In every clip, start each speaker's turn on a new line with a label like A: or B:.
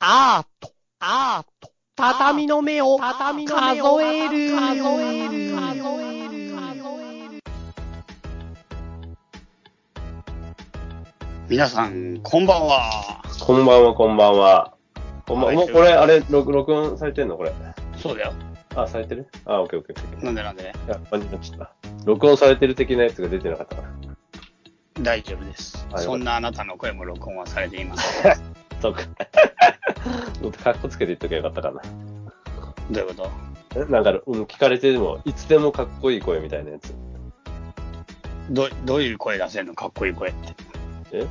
A: アート、アート、畳の目を、畳の目を数える、数える、数える。
B: 皆さん、こんばんは。
C: こんばんは、こんばんは。こんばん
B: はい
C: もうこれ、あれ、録録音されてんのこれ。
B: そうだよ。
C: あ、されてるあ、オッケーオッケーオッケー。
B: なんでなんで、
C: いや、感じになっちゃった。録音されてる的なやつが出てなかったな。
B: 大丈夫です。
C: はい
B: そんなあなたの声も録音はされています。
C: そうか。 もっとカッコつけて言っとけばよかったか
B: どういうこと
C: な。えなんか、うん、聞かれてでも、いつでもかっこいい声みたいなやつ。
B: どどういう声出せるのかっこいい声って。
C: え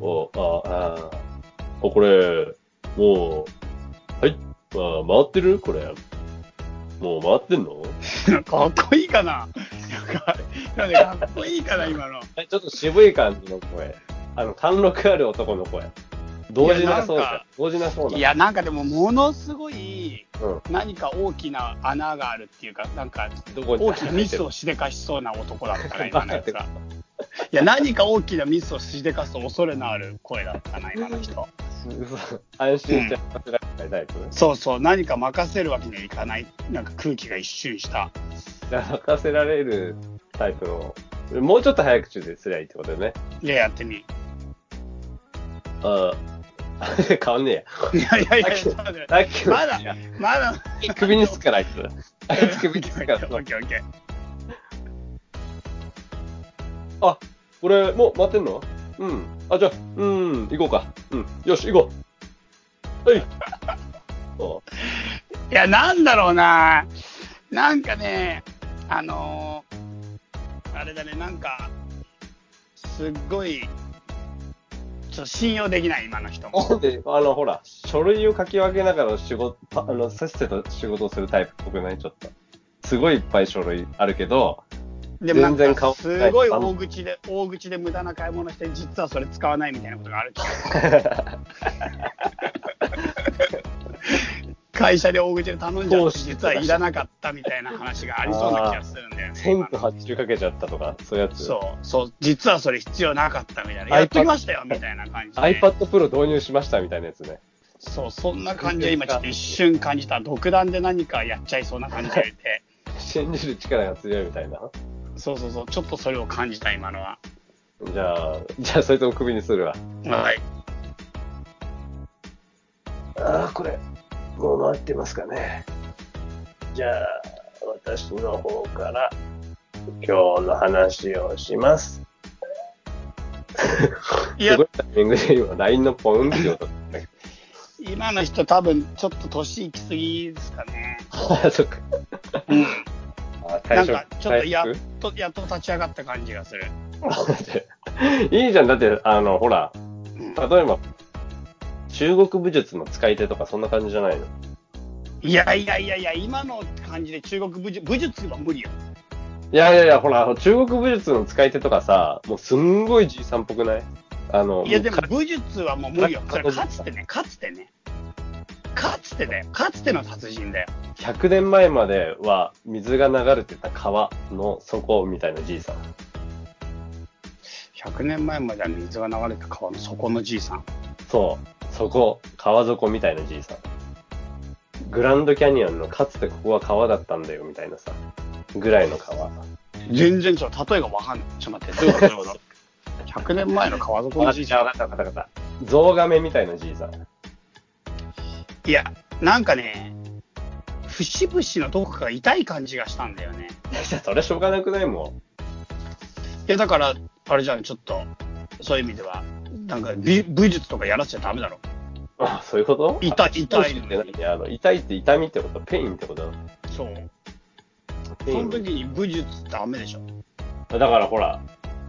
C: お、あ、あ、あ、これ、もう、はい、あ、回ってるこれ。もう回ってんの
B: かっこいいかな なんかなんでかっこいいかな今の。
C: えちょっと渋い感じの声。あの、貫禄ある男の声。同時なそ
B: い
C: う
B: やなん
C: だ
B: か。
C: 同時なそうだ。
B: い、や、なんかでもものすごい
C: うん。
B: 何か大きな穴があるっていうか、なんか
C: どこに
B: 大きなミスをしでかしそうな男だ ったな、今
C: バ
B: の
C: カ
B: や
C: って
B: つ
C: こ
B: は。いや、何か大きなミスをしでかす恐れのある声だったな、今の人。
C: と。安心しちゃうらないタイプ。
B: そうそう、何か任せるわけにはいかない、なんか空気が一瞬した。
C: じゃあ任せられるタイプの。もうちょっと早口ですりゃいいってことだよね。
B: いや、やってみ。い
C: ああ。変わんねえ
B: や
C: や。
B: いやいや、ちょっと待って
C: さっきの
B: まだ、まだ。
C: 首につくから、あいつ。あいつ首につく か
B: オッケー
C: ら
B: オッ。ケーオッケー。
C: あ、俺、もう待ってんのうん。あ、じゃあ、うん、行こうか。うん。よし、行こ う。はい。お
B: いや、なんだろうな。なんかね、あのーあれだね、なんか、すっごい、ちょっと信用できない、今の 人も。
C: なんで、あの、ほら、書類を書き分けながら仕事、あの、せっせと仕事をするタイプっぽくないちょっと。すごいいっぱい書類あるけど、
B: でもなん
C: 全然
B: か、
C: 顔
B: すごい大口で、大口で無駄な買い物して、実はそれ使わないみたいなことがある。 会社で大口で頼んじゃって、実はいらなかったみたいな話がありそうな気がするんだよね。
C: 線と発注かけちゃったとか、そういうやつ。
B: そう、そう、実はそれ必要なかったみたい
C: iPad
B: な。やっときましたよ、みたいな感じで。
C: iPad Pro 導入しましたみたいなやつね。
B: そう、そんな感じは今ちょっと一瞬感じた。独断で何かやっちゃいそうな感じがい て。
C: 信じる力が強いみたいな。
B: そうそうそう、ちょっとそれを感じた、今のは。
C: じゃあ、じゃあ、そいつも首にするわ。
B: はい。
C: ああ、これ、もう回ってますかね。じゃあ、私の方から、今日の話をします。
B: いや
C: すごいタイミングで今、LINE のポンって音。
B: 今の人多分ちょっと年いきすぎですかね。
C: あ、そっか。
B: うん。
C: あ
B: な
C: 退
B: ん
C: 職
B: かちょっとやっ
C: 退
B: と、やっと立ち上がった感じがする。
C: 職 いいじゃん。だって、あの、ほら、
B: うん
C: 例えば、中国武術の使い手とかそんな感じじゃないの
B: いやいやいやいや、今の感じで中国武術、武術は無理よ。
C: いやいやいや、ほら、中国武術の使い手とかさ、もうすんごいじいさんっぽくないあの、
B: いやでも
C: か
B: 武術はもう無理よ。それ
C: か
B: かつてね、かつてね。かつてだよ。かつての達人だよ。
C: 100年前までは水が流れてた川の底みたいなじいさん。
B: 100年前までは水が流れた川の底のじいさん。
C: そう、底、川底みたいなじいさん。グランドキャニオンのかつてここは川だったんだよみたいなさ、ぐらいの川。
B: 全然ちょっと例えがわかんない。ちょっと待って、どういう ことどういうこと ?100 年前の川底のじいさ
C: わかったわかったわかった。ゾウガメみたいなじいさん。
B: ん。いや、なんかね、節々のどこかが痛い感じがしたんだよね。
C: それしょうがなくないもん。
B: いや、だから、あれじゃん、ちょっと、そういう意味では、なんか、び武術とかやらせちゃダメだろ。
C: あ、そういうこと
B: 痛い痛い
C: あって何あの痛いって痛みってことペインってこと
B: そう。
C: ペイ
B: そ
C: ン
B: の時に武術ダメでしょ。
C: だからほら、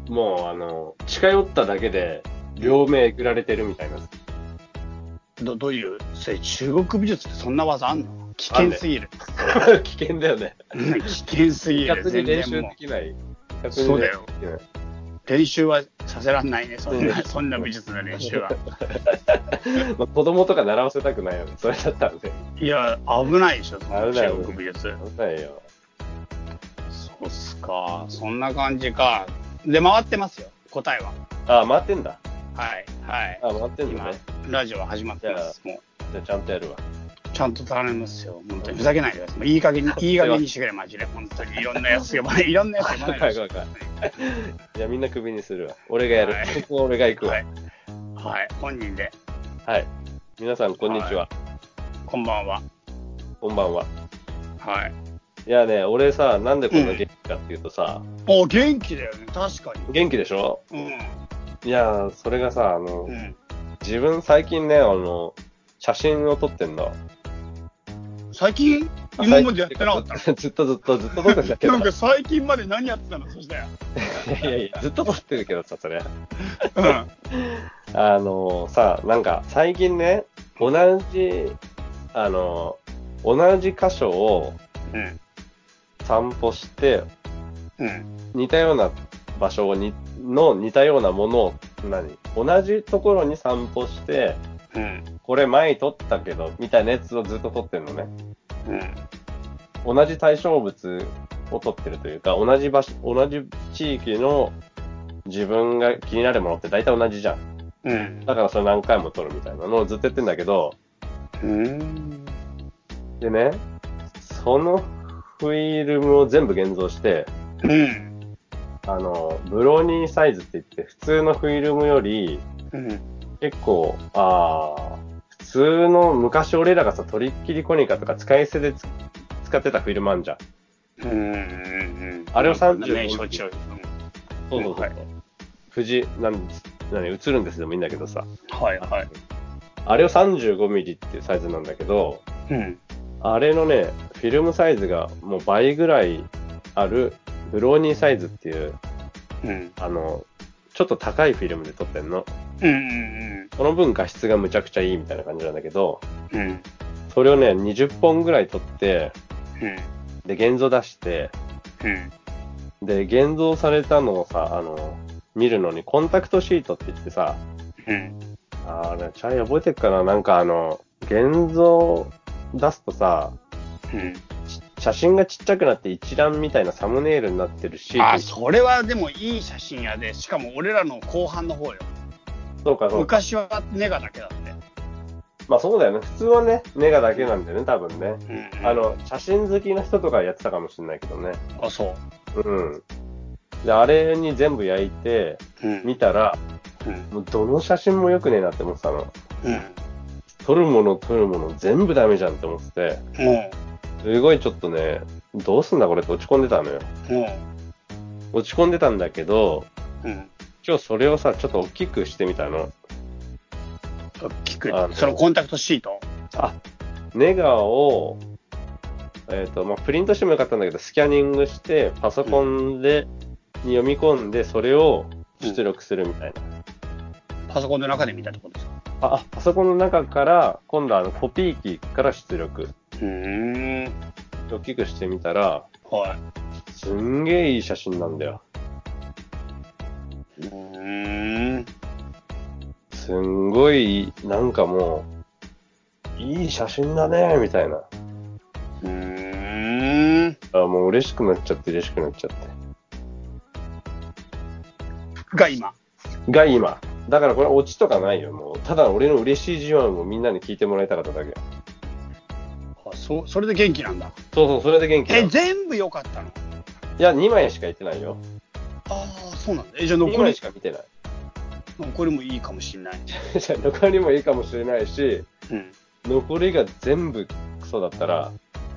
C: もうあの、近寄っただけで、両目えぐられてるみた いな。
B: どどういう、それ中国武術ってそんな技あんの危険すぎる。
C: 危険だよね。
B: うん 危険すぎる。
C: 逆に
B: 全
C: 練
B: 然
C: 習
B: もう
C: で。きない。逆
B: そ
C: に
B: うだ
C: 練
B: よ
C: 習できない。
B: 練習はさせらんないね、そん
C: う
B: な、
C: ん
B: そんな美術の練習は。
C: まあ、子供とか習わせたくないよね。それだったらね。
B: いや、危ないでしょ、その
C: 危ない
B: 中国美術。
C: 危ないよ。
B: そうっすか、そんな感じか。で、回ってますよ、答えは。
C: あ、回ってんだ。
B: はい、はい。
C: あ、回ってんだ
B: 今
C: ね。、
B: ラジオは始まってます。も
C: じゃあちゃんとやるわ。
B: ちゃんと頼みますよ。本当に。ふざけないでください。いい加減に、いい加減にしてくれ、マジで。本当に。いろんなやつ呼ばない。いろんなやつ呼ばないでくださ
C: わかじゃあみんなクビにするわ。俺がやる。
B: はい
C: ここ俺が行く
B: い。
C: わ。
B: は
C: はい
B: い。はい。本人で。
C: 皆さん、こんにちは。
B: こんばんは。
C: こんばんは。
B: はい。
C: いやね、俺さ、なんでこんな元気かっていうとさ、
B: お、元気だよね。確か
C: 元気でしょ
B: に。
C: いや、それがさ、あの、
B: うん。うん。
C: 自分最近ね、あの、写真を撮ってんの。
B: 最近、今までやってなかった
C: の ずっとずっとずっと撮ってんだけ
B: の
C: ど。
B: なんか
C: い
B: 最近まで何やってたのそしたら。
C: やいやいや、ずっと撮ってるけどさ、それ。
B: うん。
C: あのさ、なんか最近ね、同じ、あの、同じ箇所を
B: うん。
C: 散歩して、
B: うん。
C: 似たような場所にの似たようなものを、何同じところに散歩して、
B: うん。
C: これ前に撮ったけど、みたいなやつをずっと撮ってるのね。
B: うん。
C: 同じ対象物を撮ってるというか、同じ場所、同じ地域の自分が気になるものって大体同じじゃん。
B: うん。
C: だからそれ何回も撮るみたいなのをずっとやってんだけど、
B: うん。
C: でね、そのフィルムを全部現像して、
B: うん。
C: あの、ブロニーサイズって言って、普通のフィルムより、
B: うん。
C: 結構、あー普通の昔俺らがさ、トリッキリコニカとか使い捨てでつ使ってたフィルムあんじゃん。
B: うん。
C: あれを35
B: ね、承知を。
C: そうそうそう。
B: はい
C: 富士、なん、何、映るんですでもいいんだけどさ。
B: はいはい。
C: あれを35ミリっていうサイズなんだけど、
B: うん。
C: あれのね、フィルムサイズがもう倍ぐらいある、ブローニーサイズっていう、
B: うん。
C: あの、ちょっと高いフィルムで撮ってんの。
B: うん。
C: その分画質がむちゃくちゃいいみたいな感じなんだけど、
B: うん。うん。
C: それをね、20本ぐらい撮って、
B: うん。
C: で、現像出して、
B: うん。
C: で、現像されたのをさ、あの、見るのにコンタクトシートって言ってさ、
B: うん。
C: あれ、チャイ覚えてるかななんかあの、現像出すとさ、
B: うん。
C: ち写真がちっちゃくなって一覧みたいなサムネイルになってるシー
B: あ、
C: ト。
B: それはでもいい写真やで、しかも俺らの後半の方よ。
C: そうか、そうか。
B: 昔はネガだけだって。
C: まあそうだよね。普通はね、ネガだけなんだよね、多分ね。
B: うん
C: あ、の、写真好きな人とかやってたかもしれないけどね。
B: あ、そ
C: うん。で、あれに全部焼いて、
B: う。うん
C: 見たら、
B: うん。
C: もうどの写真も良くねえなって思ってたの。
B: うん。
C: 撮るもの撮るもの全部ダメじゃんって思ってて、
B: も
C: すごいちょっとね、どうすんだこれって落ち込んでたのよ。
B: う、も
C: 落ち込んでたんだけど、
B: う、うん。
C: 今日それをさ、ちょっと大きくしてみたの。
B: 聞く
C: あの
B: そのコンタクトシート。
C: あ、ネガを、えっ、と、まあ、プリントしてもよかったんだけど、スキャニングして、パソコンで、に読み込んで、それを出力するみたいな。
B: パソコンの中で見たってことですか。
C: あ、あパソコンの中から、今度はあのコピー機から出力。
B: うーん。
C: 大きくしてみたら、
B: は
C: すんげえいい写真なんだよ。
B: い。うーん。
C: すんごい、なんかもう、いい写真だね、みたいな。
B: うーん。
C: あ、もう嬉しくなっちゃって嬉しくなっちゃって。
B: が今。
C: が今。だからこれオチとかないよ、もう。ただ俺の嬉しい自慢をみんなに聞いてもらいたかっただけ。
B: あそそれで元気なんだ。
C: そうそう、それで元気だ。
B: え、
C: い
B: 全部良かったの
C: や、2枚しか言ってないよ。
B: ああ、そうなんだ。え、じゃあ
C: 2
B: 残
C: 枚
B: り
C: し、か見てない。
B: 残りもいいかもしれない。
C: じゃあ残りもいいかもしれないし、
B: うん。
C: 残りが全部クソだったら、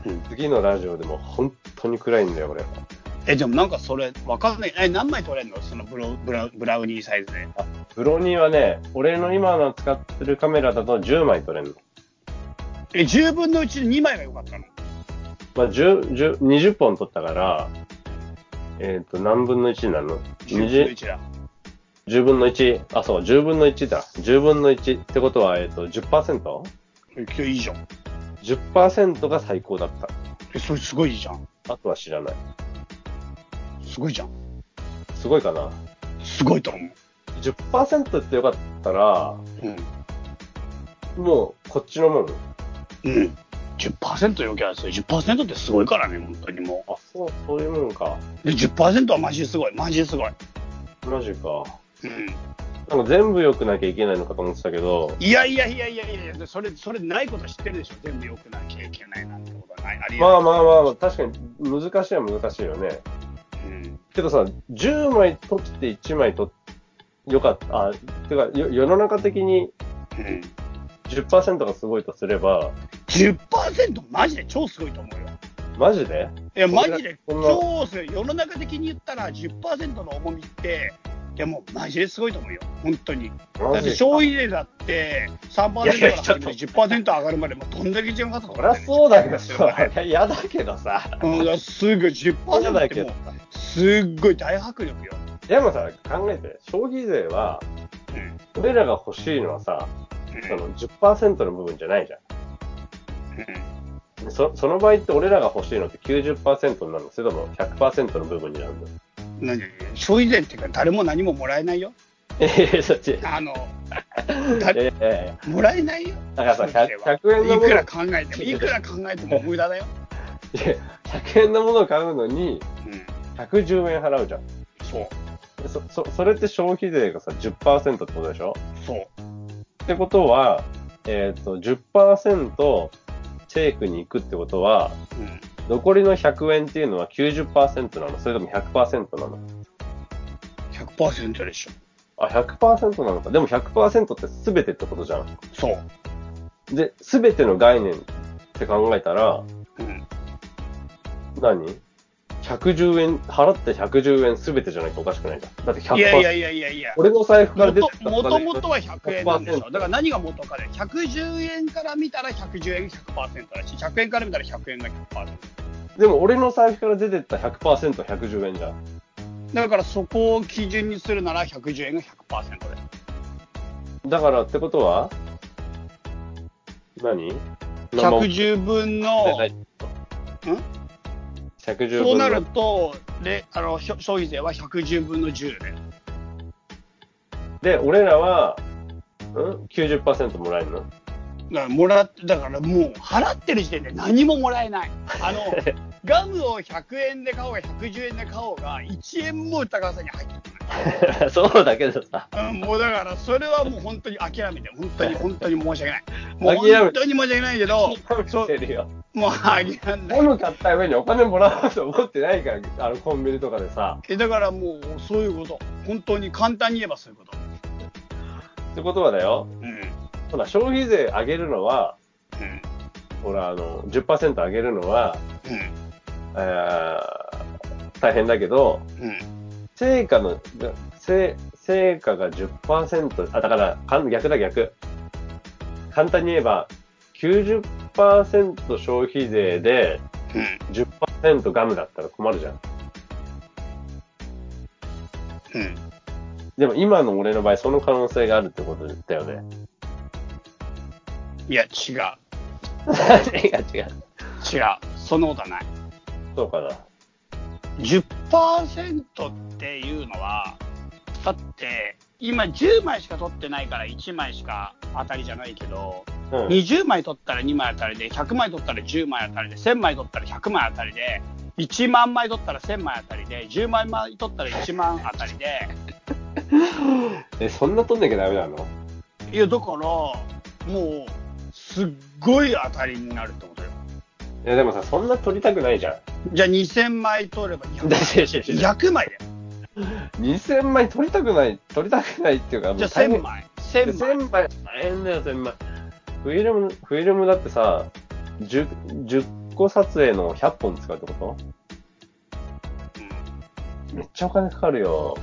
B: うん
C: 次のラジオでも本当に暗いんだよ、俺。
B: え、でもなんかそれ、わかんない。え、何枚取れんのそのブロブラブラウニーサイズで。
C: ブロニーはね、俺の今の使ってるカメラだと10枚撮れるの。
B: え、10分の1で2枚が良かったの
C: まあ、10 10 20本撮ったから、えっ、と、何分の1になるの
B: ?10 分の
C: ?20
B: 1だ。
C: 10分の1、あ、そう、10分の1だ。10分の1ってことは、えっ、と、10%?10%
B: え今日いいじゃん。
C: 10%が最高だった。
B: え、それすごいじゃん。
C: あとは知らない。
B: すごいじゃん。
C: すごいかな。
B: すごいと思う。
C: 10%ってよかったら、
B: うん。
C: もう、こっちのもん。
B: うん。10%余計はそれ10%ってすごいからね、本当にも
C: あ、そう、そういうもんか。
B: う。で、10%はマジですごい、マジですごい。
C: マジか。
B: うん。
C: なんか全部良くなきゃいけないのかと思ってたけど、
B: いやいやいやいやいやいや、それ、それないこと知ってるでしょ、全部良くなきゃいけないなんてことはない、ありえない。
C: まあまあまあ、確かに難しいは難しいよね。
B: うん
C: けどさ、10枚取って1枚取って、よかった。あ、てか、よ世の中的に
B: うん、
C: 10%がすごいとすれば、
B: 10%マジで超すごいと思うよ。
C: マジで
B: いや、マジで
C: そんな
B: 超すごい。世の中的に言ったら10%の重みって、いやもうマジですごいと思うよ、本当に。だ
C: マ
B: って
C: ジ
B: 消費税だって3%から
C: いやいやちょ
B: 始
C: っと
B: めて10%上がるまで、もうどんだけ時間かかったと
C: そり
B: 思
C: ゃ
B: ってる
C: そうだけど
B: う
C: さ
B: ん、
C: 嫌だけどさ、
B: うん、だからすぐ
C: 嫌
B: 10%
C: だ
B: って
C: け
B: も
C: ど
B: う、すっごい大迫力よ。
C: でもさ、考えて、消費税は、
B: うん
C: 俺らが欲しいのはさ、そ
B: うん
C: の10%の部分じゃないじゃ
B: うん
C: ん。そその場合って俺らが欲しいのって90%になるのそれとも100%の部分になるの
B: 何消費税っていうか誰も何ももらえないよ
C: ええ、そっ ち。
B: あ の
C: いやいやいや
B: もらえないよ
C: だからさ
B: 消費税は
C: 100円のもの
B: いく ら考えてもいくら考えても無駄だよ、
C: いや100円のものを買うのに
B: うん、
C: 110円払うじゃん。
B: そう
C: そ、そ、それって消費税がさ、10%ってことでしょ
B: そう
C: ってことは、えっ、と、10%政府に行くってことは、
B: うん
C: 残りの100円っていうのは90%なのそれとも100%なの
B: 100%でしょ
C: あ、100%なのか。でも100%って全てってことじゃん。
B: そう、
C: で、全ての概念って考えたら、
B: うん、
C: 何 ?110 円、払って110円全てじゃないとおかしくないじゃん。だって100%。
B: いやいやいやいやいや
C: 俺の財布から
B: も
C: 出て
B: と
C: きた
B: もともとは100円なんでしょ
C: 100%
B: だから何が元かで110円から見たら110円が100%だし100円から見たら100円が100%
C: でも俺の財布から出てった100%、110円じゃん。
B: だからそこを基準にするなら110円が100%だよ
C: だからってことは何
B: 110分のん
C: 110
B: そう
C: 分
B: な
C: の
B: ると、れあのひょ消費税は110分の10で、
C: で、俺らは、うん、90%もらえるの
B: だからもらっだからもう払ってる時点で何ももらえ ない、あのガムを100円で買おうが110円で買おうが、1円も歌川さんに入ってこ
C: そうだけどさ。
B: ない、うん、もうだからそれはもう本当に諦めて、本当に 本当に申し訳ない、もう
C: 諦めて
B: 本当に申し訳ないけど、
C: そうてるよ。
B: もう諦めない
C: ガ。ム買った上にお金もらおうと思ってないから、あのコンビニとかでさ。
B: えだからもうそういうこと、本当に簡単に言えばそういうこと。
C: ってことはだよ、
B: うんうん
C: ほら、消費税上げるのは、ほら、あの、10%上げるのは、えー大変だけど、
B: うんうん
C: 成果の、が成、成果が10%、あ、だから、かん逆だ逆。簡単に言えば、90%消費税で
B: うん
C: 10%ガムだったら困るじゃん。
B: うん
C: でも今の俺の場合、その可能性があるってことだよね。
B: いや違う
C: 違 う違う。
B: 違うそんなことはない
C: そうかな。
B: 10%っていうのはだって今10枚しか取ってないから1枚しか当たりじゃないけど
C: うん。
B: 20枚取ったら2枚当たりで100枚取ったら10枚当たりで1000枚取ったら100枚当たりで1万枚取ったら1000枚当たりで10万枚取ったら1万当たりで
C: え、そんな取んなきゃダメなの
B: いやだからもうすっごい当たりになるってことよ
C: いや、でもさ、そんな取りたく ないじゃん。
B: じゃあ2000枚取れば200枚
C: 違う違う違う
B: 200枚だよ
C: 2000枚取りたくない、取りたくないっていうか、もう
B: じゃあ
C: 大
B: 1000
C: 変
B: 枚1000枚
C: 1000枚、大変だよ、1000枚。フィルム、フィルムだってさ、10、10個撮影の100本使うってこ
B: うん
C: とめっちゃお金かかるよ。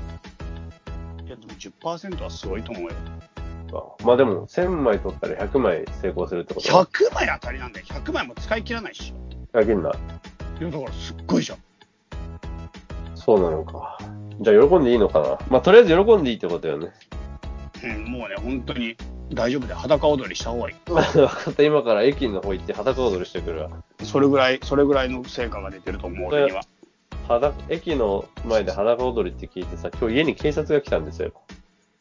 B: いやでも10%はすごいと思うよ。
C: まあでも、1000枚撮ったら100枚成功するってこと
B: 100枚当たりなんだよ。100枚も使い切らないっしょ。
C: だけんな。
B: いやだからすっごいじゃん。
C: そうなのか。じゃあ、喜んでいいのかな。まあ、とりあえず喜んでいいってことよね。
B: うん、もうね、本当に大丈夫で裸踊りした方がい
C: まあ、 分かった。今から駅の方行って裸踊りしてくるわ。
B: い。それぐらい、それぐらいの成果が出てると思う、俺には。
C: 裸、駅の前で裸踊りって聞いてさ、今日家に警察が来たんですよ。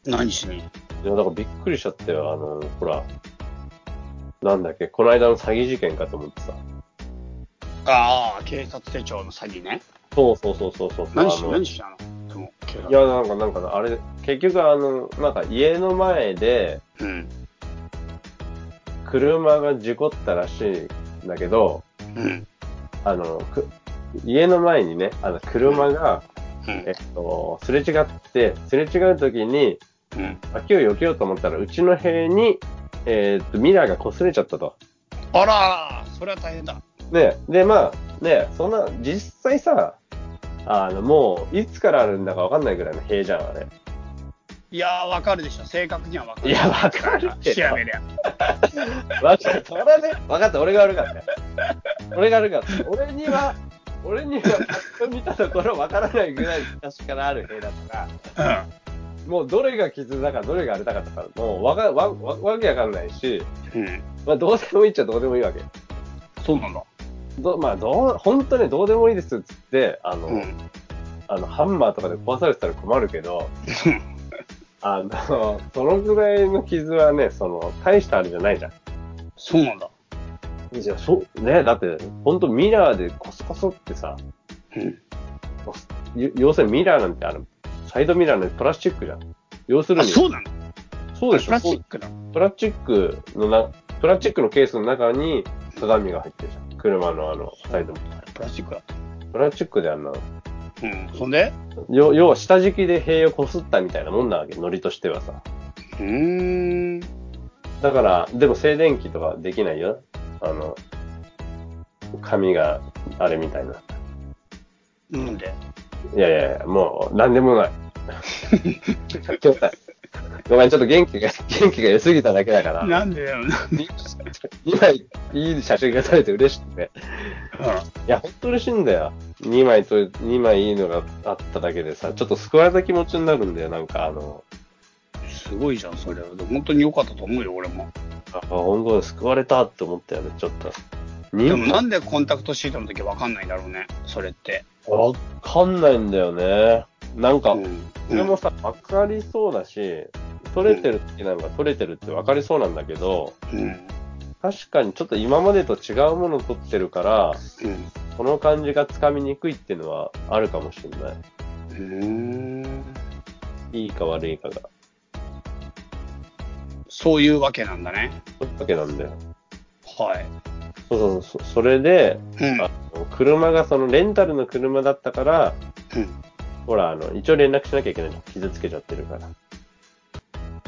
B: 何しに。
C: いや、だからびっくりしちゃったよ。あの、ほら、なんだっけ、この間の詐欺事件かと思ってさ。
B: ああ、警察手帳の詐欺ね。
C: そうそうそうそうそう。
B: 何し
C: あの
B: 何しなのでも警察
C: いや、なんか、なんか、あれ、結局、あの、なんか家の前で、
B: うん。
C: 車が事故ったらしいんだけど、
B: うん。
C: あの、く家の前にね、あの、車が、
B: うん
C: えっと、すれ違って、すれ違う時に、
B: うん。
C: 脇を避けようと思ったら、うちの塀に、えっと、ミラーが擦れちゃったと。
B: あらー、それは大変だ。
C: ね、で、まあ、ね、そんな、実際さ、あの、もう、いつからあるんだかわかんないぐらいの塀じゃん、あれ。
B: いやー、わかるでしょ。正確にはわかる。
C: いやわかるけど
B: 調べりゃ。
C: わかった、それはね、わかった、俺が悪かった。俺が悪かった。俺には、俺には、パッと見たところわからないぐらい昔からある塀だから、もうどれが傷だかどれがあれだかとか、もうわかわわわけわかんないし、
B: うん。うん。
C: まあどうでもいいっちゃどうでもいいわけ。
B: そうなんだ。
C: どまあどう、本当にどうでもいいですっつって、あの、
B: うん。
C: あの、ハンマーとかで壊されてたら困るけど、あの、そのぐらいの傷はね、その、大したあれじゃないじゃん。
B: そうなんだ。
C: いや、そう、ね、だって、ほんとミラーでコソコソってさ、
B: うん。
C: よ要するにミラーなんてあの、サイドミラーなんてプラスチックじゃん。要する
B: あ、
C: に、
B: そうなの
C: そうでしょ
B: プラスチックだ。
C: プラスチックのな、プラスチックのケースの中に鏡が入ってるじゃん。車のあの、サイドミラ
B: プラスチックだ。
C: ー。プラスチックであんなの。
B: うん。そんで
C: 要要は下敷きで塀をこすったみたいなもんなわけ、ノリとしてはさ。
B: うーん。
C: だから、でも静電気とかできないよ。あの、髪があれみたいな。
B: なんで
C: いやいやいや、もう、なんでもない。 ごめんごめん、ちょっと元気が、元気が良すぎただけだから。
B: なんでだよ。なんで
C: 今、いい写真が撮れて嬉しくて。いや、ほんと嬉しいんだよ。2枚と、二枚いいのがあっただけでさ、ちょっと救われた気持ちになるんだよ。なんか、あの、
B: うんすごいじゃん、それは。本当に良かったと思うよ、俺も。
C: あ、本当に救われたって思ったよね、ちょっと。
B: で
C: 2
B: もなんでコンタクトシートの時わかんないんだろうね、それって。
C: わかんないんだよね。なんか、
B: うん。
C: それもさ、わかりそうだし、取れてる時なんか取れてるってわかりそうなんだけど、
B: うん。
C: 確かにちょっと今までと違うものを取ってるから、
B: うん。
C: この感じがつかみにくいっていうのはあるかもしれな
B: うーん。
C: い。いいか悪いかが。
B: そういうわけなんだね。
C: そういうわけなんだよ。
B: はい。
C: そうそうそう。それで、
B: うん。
C: あの車がそのレンタルの車だったから、
B: うん
C: ほら、あの、一応連絡しなきゃいけないじゃん。傷つけちゃってるから。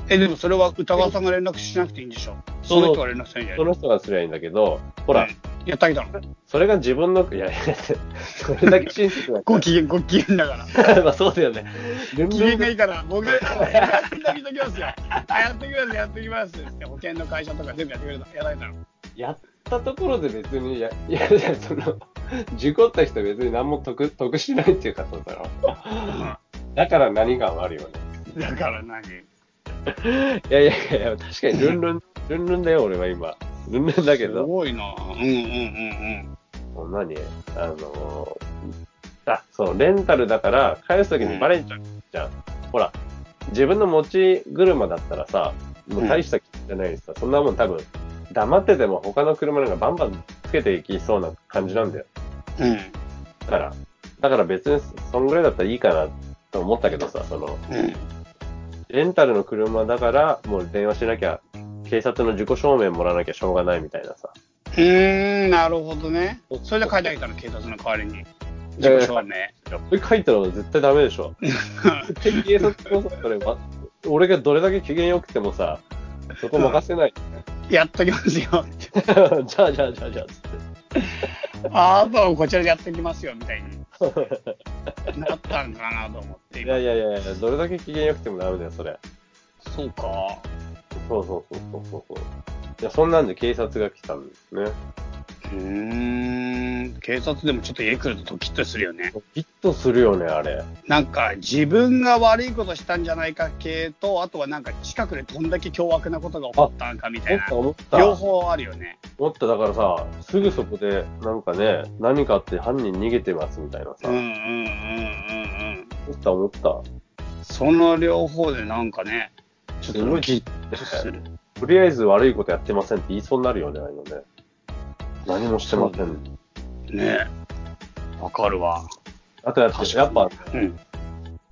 B: え、でもそれは歌川さんが連絡しなくていいんでしょ
C: そ
B: そうの人が連絡しないんじゃ
C: そ
B: ない
C: の人がすりゃいいんだけど、ほら、
B: やったけだろ。
C: それが自分の、いやいや、それだけ親切だ
B: ご機嫌、ご機嫌だから。
C: まあそうだよね。ルン
B: 機
C: ル
B: 嫌
C: ン
B: が
C: が
B: いいから、僕、やってきときますよ。あ、やってくれます、やってきます。って保険の会社とか全部やってくれた、やられたの。
C: やったところで別に、いや、 いやいや、その、事故った人別に何も得、得しないっていうか、そうだろ。だから何かはあるよね。
B: だから何
C: いやいやいや、確かにルンルン、ルンルンだよ、俺は今。ルンルンだけ
B: す
C: ど、
B: ごいなうんうんうん
C: 何あのーあ、そう、レンタルだから、返すときにバレちゃうじゃん。ほら、自分の持ち車だったらさ、もう大した気じゃないしさ、そんなもん多分、黙ってても他の車なんかバンバンつけていきそうな感じなんだよ。
B: うん。うん。
C: だから、だから別にそんぐらいだったらいいかなと思ったけどさ、その、
B: うん。
C: レンタルの車だから、もう電話しなきゃ、警察の自己証明もらわなきゃしょうがないみたいなさ。
B: うーん、なるほどね。それで書いてあげたの、警察の代わりに。自己証明。
C: いやこれ書いたら絶対ダメでしょ。絶対警察こそそれわ、俺がどれだけ機嫌良くてもさ、そこ任せない。
B: やっときますよって。
C: じゃあじゃあじゃあじゃあつって。
B: ああとはこちらでやってきますよ、みたいに。なったんかなと思って。
C: い
B: 今
C: やいやいやいや、どれだけ機嫌良くてもダメだよ、それ。
B: そうか。
C: そうそうそうそうそうそう。いや、そんなんで警察が来たんですね。
B: うーん。警察でもちょっと家来るとドキッとするよね。
C: ヒットするよね、あれ。
B: なんか自分が悪いことしたんじゃないか系と、あとはなんか近くでどんだけ凶悪なことが起こったんかみた
C: 思
B: い
C: っ
B: な
C: た。思った。
B: 両方あるよね。
C: もっとだからさ、すぐそこで、なんかね、何かあって犯人逃げてますみたいなさ、
B: うんうんうん
C: 思
B: うんうん。
C: った思った。
B: その両方でなんかね、ちょっ
C: すご
B: と
C: い
B: ギッとする。
C: とりあえず悪いことやってませんって言いそうになるよね、ああいうのね。何もしてません。
B: ねえ。わかるわ。
C: あとやっぱ、やっぱ、
B: うん。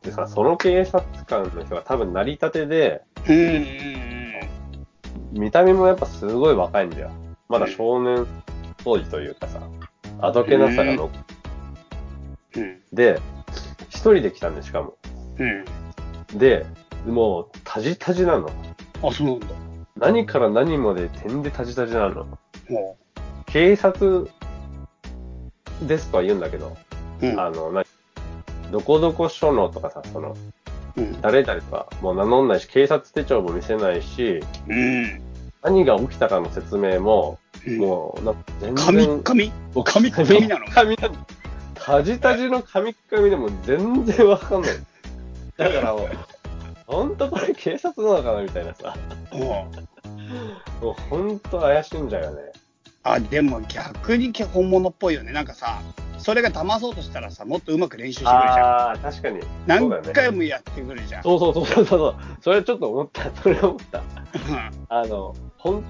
C: でさ、その警察官の人が多分成り立てで、
B: うんうんうん。
C: 見た目もやっぱすごい若いんだよ。まだ少年当時というかさ、あどけなさが残っ
B: うん
C: て、一人で来たんで、しかも。
B: うん。
C: で、もう、タジタジなの。
B: あ、そうなんだ。
C: 何から何まで点でタジタジなの。
B: も
C: 警察ですとは言うんだけど、
B: う。うん。
C: あの、何どこどこ署のとかさ、その、
B: うん。
C: 誰々とか、もう名乗んないし、警察手帳も見せないし、
B: うん。
C: 何が起きたかの説明も、
B: うん
C: もう、なんか全然
B: 紙、。紙紙、紙
C: 紙
B: なの
C: 紙なの。タジタジの紙紙でも全然わかんない。だからもう、ほんとこれ警察なのかなみたいなさ。
B: うん。
C: もうほんと怪しんじゃうよね。
B: あ、でも逆に本物っぽいよね。なんかさ、それが騙そうとしたらさ、もっとうまく練習してくるじゃん。
C: ああ、確かに。そうだ
B: 何
C: よね。
B: 回もやってくるじゃん。
C: そうそうそうそうそう。それちょっと思った。それ思った。
B: う
C: あの、ほん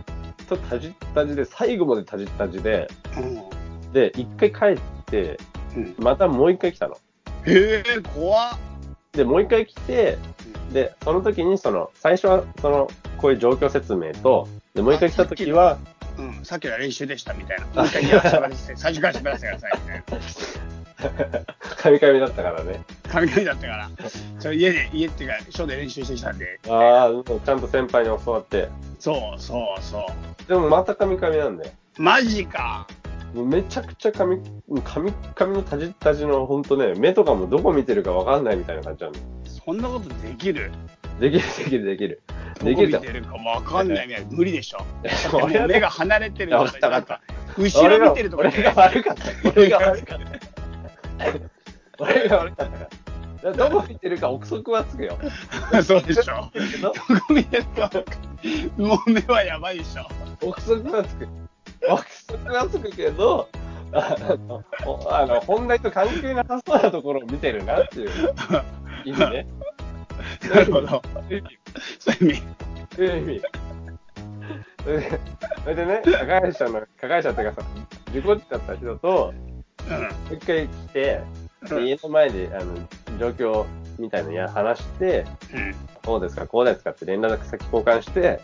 C: とタジタジで、最後までタジタジで、
B: ん。
C: で、一回帰って、
B: うん。
C: またもう一回来たの。
B: へえ、怖っ。
C: で、もう一回来て、で、その時に、その、最初は、その、こういう状況説明と、で、もう一回来た時は、
B: うん、さっきの練習でしたみたいな。もう一回やらせてください。最初から喋らせてくださいみたいな。
C: カミカミだったからね。
B: 神々だったから。それ家で、家っていうか、署で練習してきたんで。
C: ああ、ちゃんと先輩に教わって。
B: そうそうそ
C: でも、またカミカミなんで。
B: う。マジか。
C: もうめちゃくちゃカミ、カミカミのタジタジの、ほんとね、目とかもどこ見てるかわかんないみたいな感じなんで。
B: そんなことできる
C: できる、できる、できる。
B: ど
C: で
B: こ
C: き
B: 見
C: る
B: て
C: だ
B: るかわかんないみたいな。無理でしょ。
C: ろ。 俺
B: 目
C: が、
B: が離れてる
C: わかったわかっ
B: 後
C: 俺
B: ろ
C: が
B: 見てるとこ
C: 俺が悪かった。俺が悪かった。俺が悪かったから。だからどこ見てるか憶測はつく よ。
B: そうでしょ。
C: け
B: ど
C: ど
B: こ見てるか分かんないもう目はやばいでしょ。
C: 憶測はつく。憶測はつくけど、あの、おあの本題と関係なさそうなところを見てるなっていう意味ね。
B: なるほど。
C: そういう
B: そういう意味。
C: 意味。そういう意味。それでそれでね、加害者の、加害者っていうかさ、事故っちゃった人と、もう一回来て、
B: う
C: で
B: ん。
C: 家の前で、あの、状況みたいなのや話して、
B: うん。
C: こうですか、こうですかって連絡先交換して、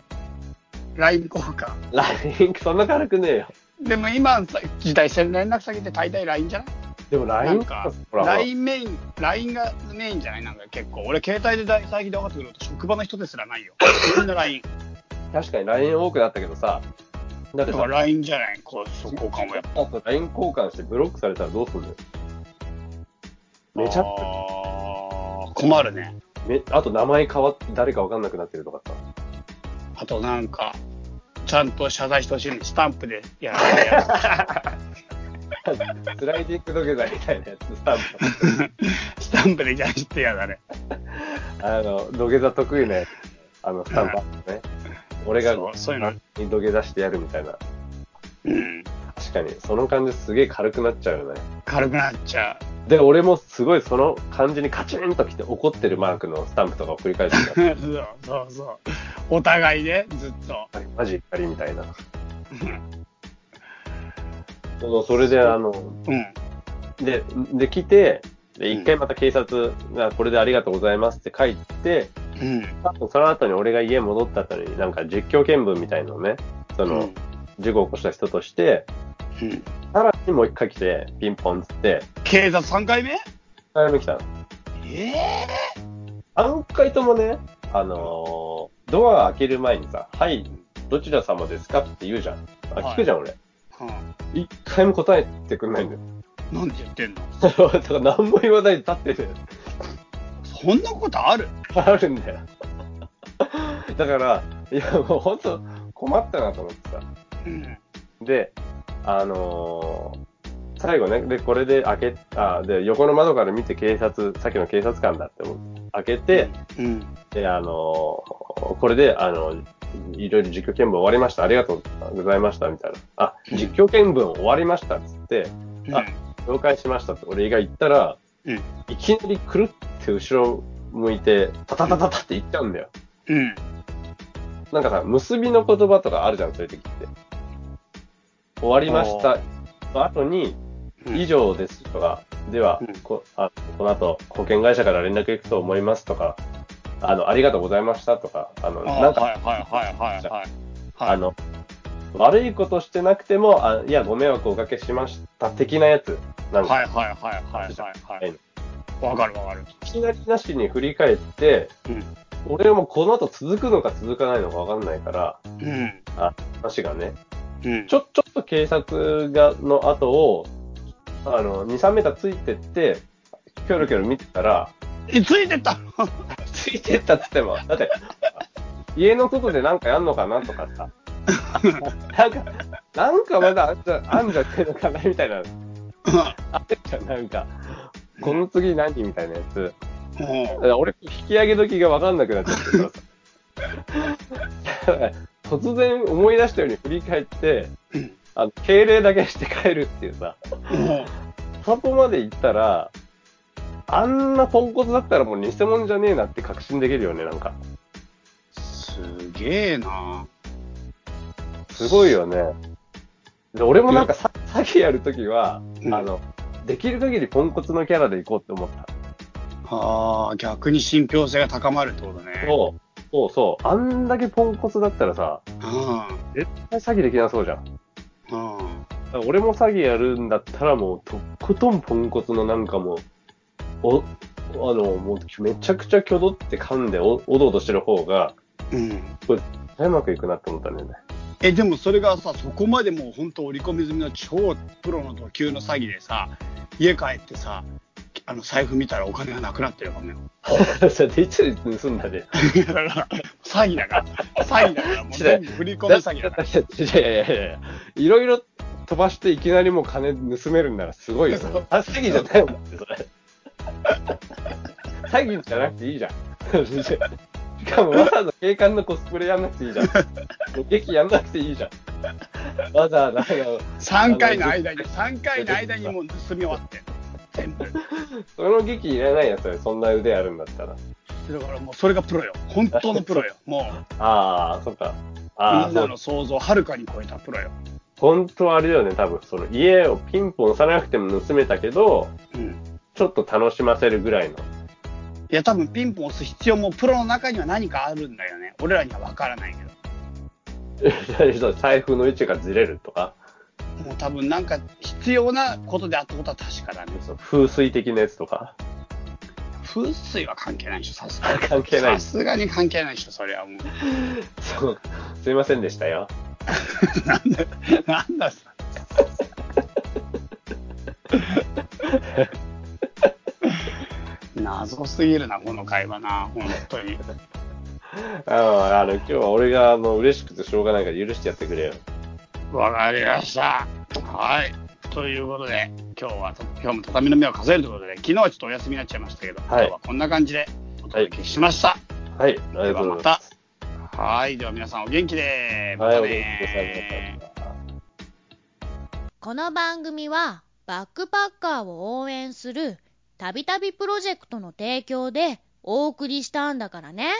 B: ライン交換。
C: LINE、そんな軽くねえよ。
B: でも今の時代、連絡先って大体 LINE じゃない
C: でも
B: な
C: LINE
B: んか
C: ほら、ほら
B: LINE メイン、LINE がメインじゃないなんか結構。俺、携帯で大最近で分かってくること、職場の人ですら ないよ。みんな LINE。
C: 確かに LINE 多くなったけどさ、だっ
B: だ
C: て
B: から
C: さ、
B: LINE じゃないこう、そこかもやっぱ。
C: あと LINE 交換してブロックされたらどうするのよ。めちゃく
B: あー困るね。
C: めあと名前変わって誰かわかんなくなってるとかさ。
B: あとなんか、ちゃんと謝罪してほしいのにスタンプでやらないや
C: スライディング土下座みたいなやつ、スタン
B: つスタンプでじゃなってやだね。
C: プ。あの、土下座得意なやつ、あの、スタンプあったね。俺が
B: そうそういうの。
C: に土下座してやるみたいな。
B: うん。
C: 確かに、その感じすげえ軽くなっちゃうよね。
B: 軽くなっちゃ
C: で、俺もすごいその感じにカチンときて怒ってるマークのスタンプとかを繰り返して
B: う。 そうそうそう。お互いね、ずっと。
C: た。マジ怒りみたいな。
B: うん
C: そうそれで、あの、
B: うん。
C: で、で、来て、で、
B: うん
C: 一回また警察がこれでありがとうございますって書いて、
B: うん。
C: 多分その後に俺が家戻った後に、なんか実況見分みたいのをね、そ
B: うん
C: の、事故を起こした人として、
B: うん
C: さらにもう一回来て、ピンポンっつって、
B: 警察3回目
C: 3回目来たの。
B: ええ
C: 3回ともね、あのードア開ける前にさ、はい、どちら様ですかって言うじゃん。
B: は
C: あ、
B: い
C: 聞くじゃん、俺。
B: う
C: 一回も答えてくんないんだよ。
B: ん。なんで言ってんの
C: だから何も言わないで立ってて、
B: そんなことある
C: あるんだよ。だから、いや、もう本当困ったなと思ってさ。
B: うん。
C: で、あのー最後ね、で、これで開け、あ、で、横の窓から見て警察、さっきの警察官だって思って開けて、、
B: うん。
C: で、あのーこれで、あのいろいろ実況見分終わりました。ありがとうございました。みたいな。あ、実況見分終わりました。つって、
B: うん
C: あ了解しましたって俺が言ったら、
B: うん
C: いきなりくるって後ろ向いて、タタタタタって言っちゃうんだよ。
B: うん。
C: なんかさ、結びの言葉とかあるじゃん、そういう時って。終わりました。の後に、
B: うん
C: 以上ですとか、では、
B: うん
C: こあこの後、保険会社から連絡行くと思いますとか、あの、ありがとうございましたとか、あの、
B: あ
C: なんか、
B: はいはいはいはいはい。はい
C: あの、悪いことしてなくても、あいや、ご迷惑をおかけしました、的なやつ。なんか、
B: はいはいはいはいはいはい。わかるわかる。
C: いきなりなしに振り返って、
B: うん
C: 俺もこの後続くのか続かないのかわかんないから、
B: うん。
C: 話がね、
B: うん。
C: ちょ、ちょっと警察が、の後を、あの、2、3メーターついてって、キョロキョロ見てたら、
B: えついてったの
C: ついてったっつっても、だって、家の外でなんかやんのかなとかさ、なんか、なんかまだあんじゃ、あんじゃねえのかなみたいな、あんじゃんなんか、この次何みたいなやつ。
B: うん
C: だから俺、引き上げ時が分かんなくなっちゃってるからさ。突然思い出したように振り返って、あの敬礼だけして帰るっていうさ、
B: も
C: 散歩まで行ったら、あんなポンコツだったらもう偽物じゃねえなって確信できるよね、なんか。
B: う、すげえな。
C: すごいよね。で俺もなんかさ詐欺やるときは、
B: うん
C: あの、できる限りポンコツのキャラで行こうって思った。
B: ああ、逆に信憑性が高まるってことね。
C: そう、そうそう。あんだけポンコツだったらさ、
B: う
C: 絶対詐欺できなそうじゃん。
B: ん。うん。
C: 俺も詐欺やるんだったらもうとことんポンコツのなんかもうおあのもうめちゃくちゃ挙動って噛んでおおどおどしてる方が
B: うん。
C: 絶対うまくいくなって思ったんだよね
B: え、でもそれがさ、そこまでもう本当織り込み済みの超プロのド級の詐欺でさ、家帰ってさ、あの財布見たらお金がなくなってる かもよ。
C: それ でいつ盗んだね
B: だから、 詐欺だから、詐欺だから、もう全部振り込み詐欺だから。
C: いやいやいやいやいやいろいろ飛ばしていきなりもう金盗めるんならすごいよね
B: そう
C: あ詐欺じゃないもんってそれ 詐欺じゃなくていいじゃん しかもわざわざ警官のコスプレやんなくていいじゃん劇やんなくていいじゃんわざわざあの
B: 3回の間 に、3回の間にもう盗み終わってんの全部。
C: その劇いらないやつよそんな腕あるんだったら
B: だからもうそれがプロよ。本当のプ ロよ。もう。
C: ああそっかあ
B: み
C: あ
B: ん
C: そ
B: な
C: う
B: の想像をはるかに超えたプロよ。
C: 本当はあれだよね多分その家をピンポン押さなくても盗めたけど
B: うん。
C: ちょっと楽しませるぐらいの
B: いや、多分ピンポン押す必要もプロの中には何かあるんだよね。俺らには分からないけど。
C: 財布の位置がずれるとか、
B: もう多分なんか必要なことであったことは確かだね。
C: その風水的なやつとか、
B: 風水は関係ないでしょ、さすがに。
C: 関係な
B: さ
C: い
B: すがに関係ないでしょ、それはもう。
C: そうすいませんでしたよ。
B: なんだ、なんださ。謎すぎるな、この会話な、本当に。
C: あの、あの今日は俺があの嬉しくてしょうがないから許してやってくれよ。
B: わかりました。はい。ということで、今日は、今日も畳の目を数えるということで、昨日はちょっとお休みになっちゃいましたけど、
C: は
B: 今
C: い
B: 日はこんな感じでお届けしました。
C: はい、あり
B: で
C: がと
B: は
C: うござ
B: ま
C: いま
B: た
C: す。。
B: はい。では皆さんお元気で。ま
C: はい、
B: た
C: お元気
B: ね。
C: でした。
D: この番組はバックパッカーを応援するたびたびプロジェクトの提供でお送りしたんだからね。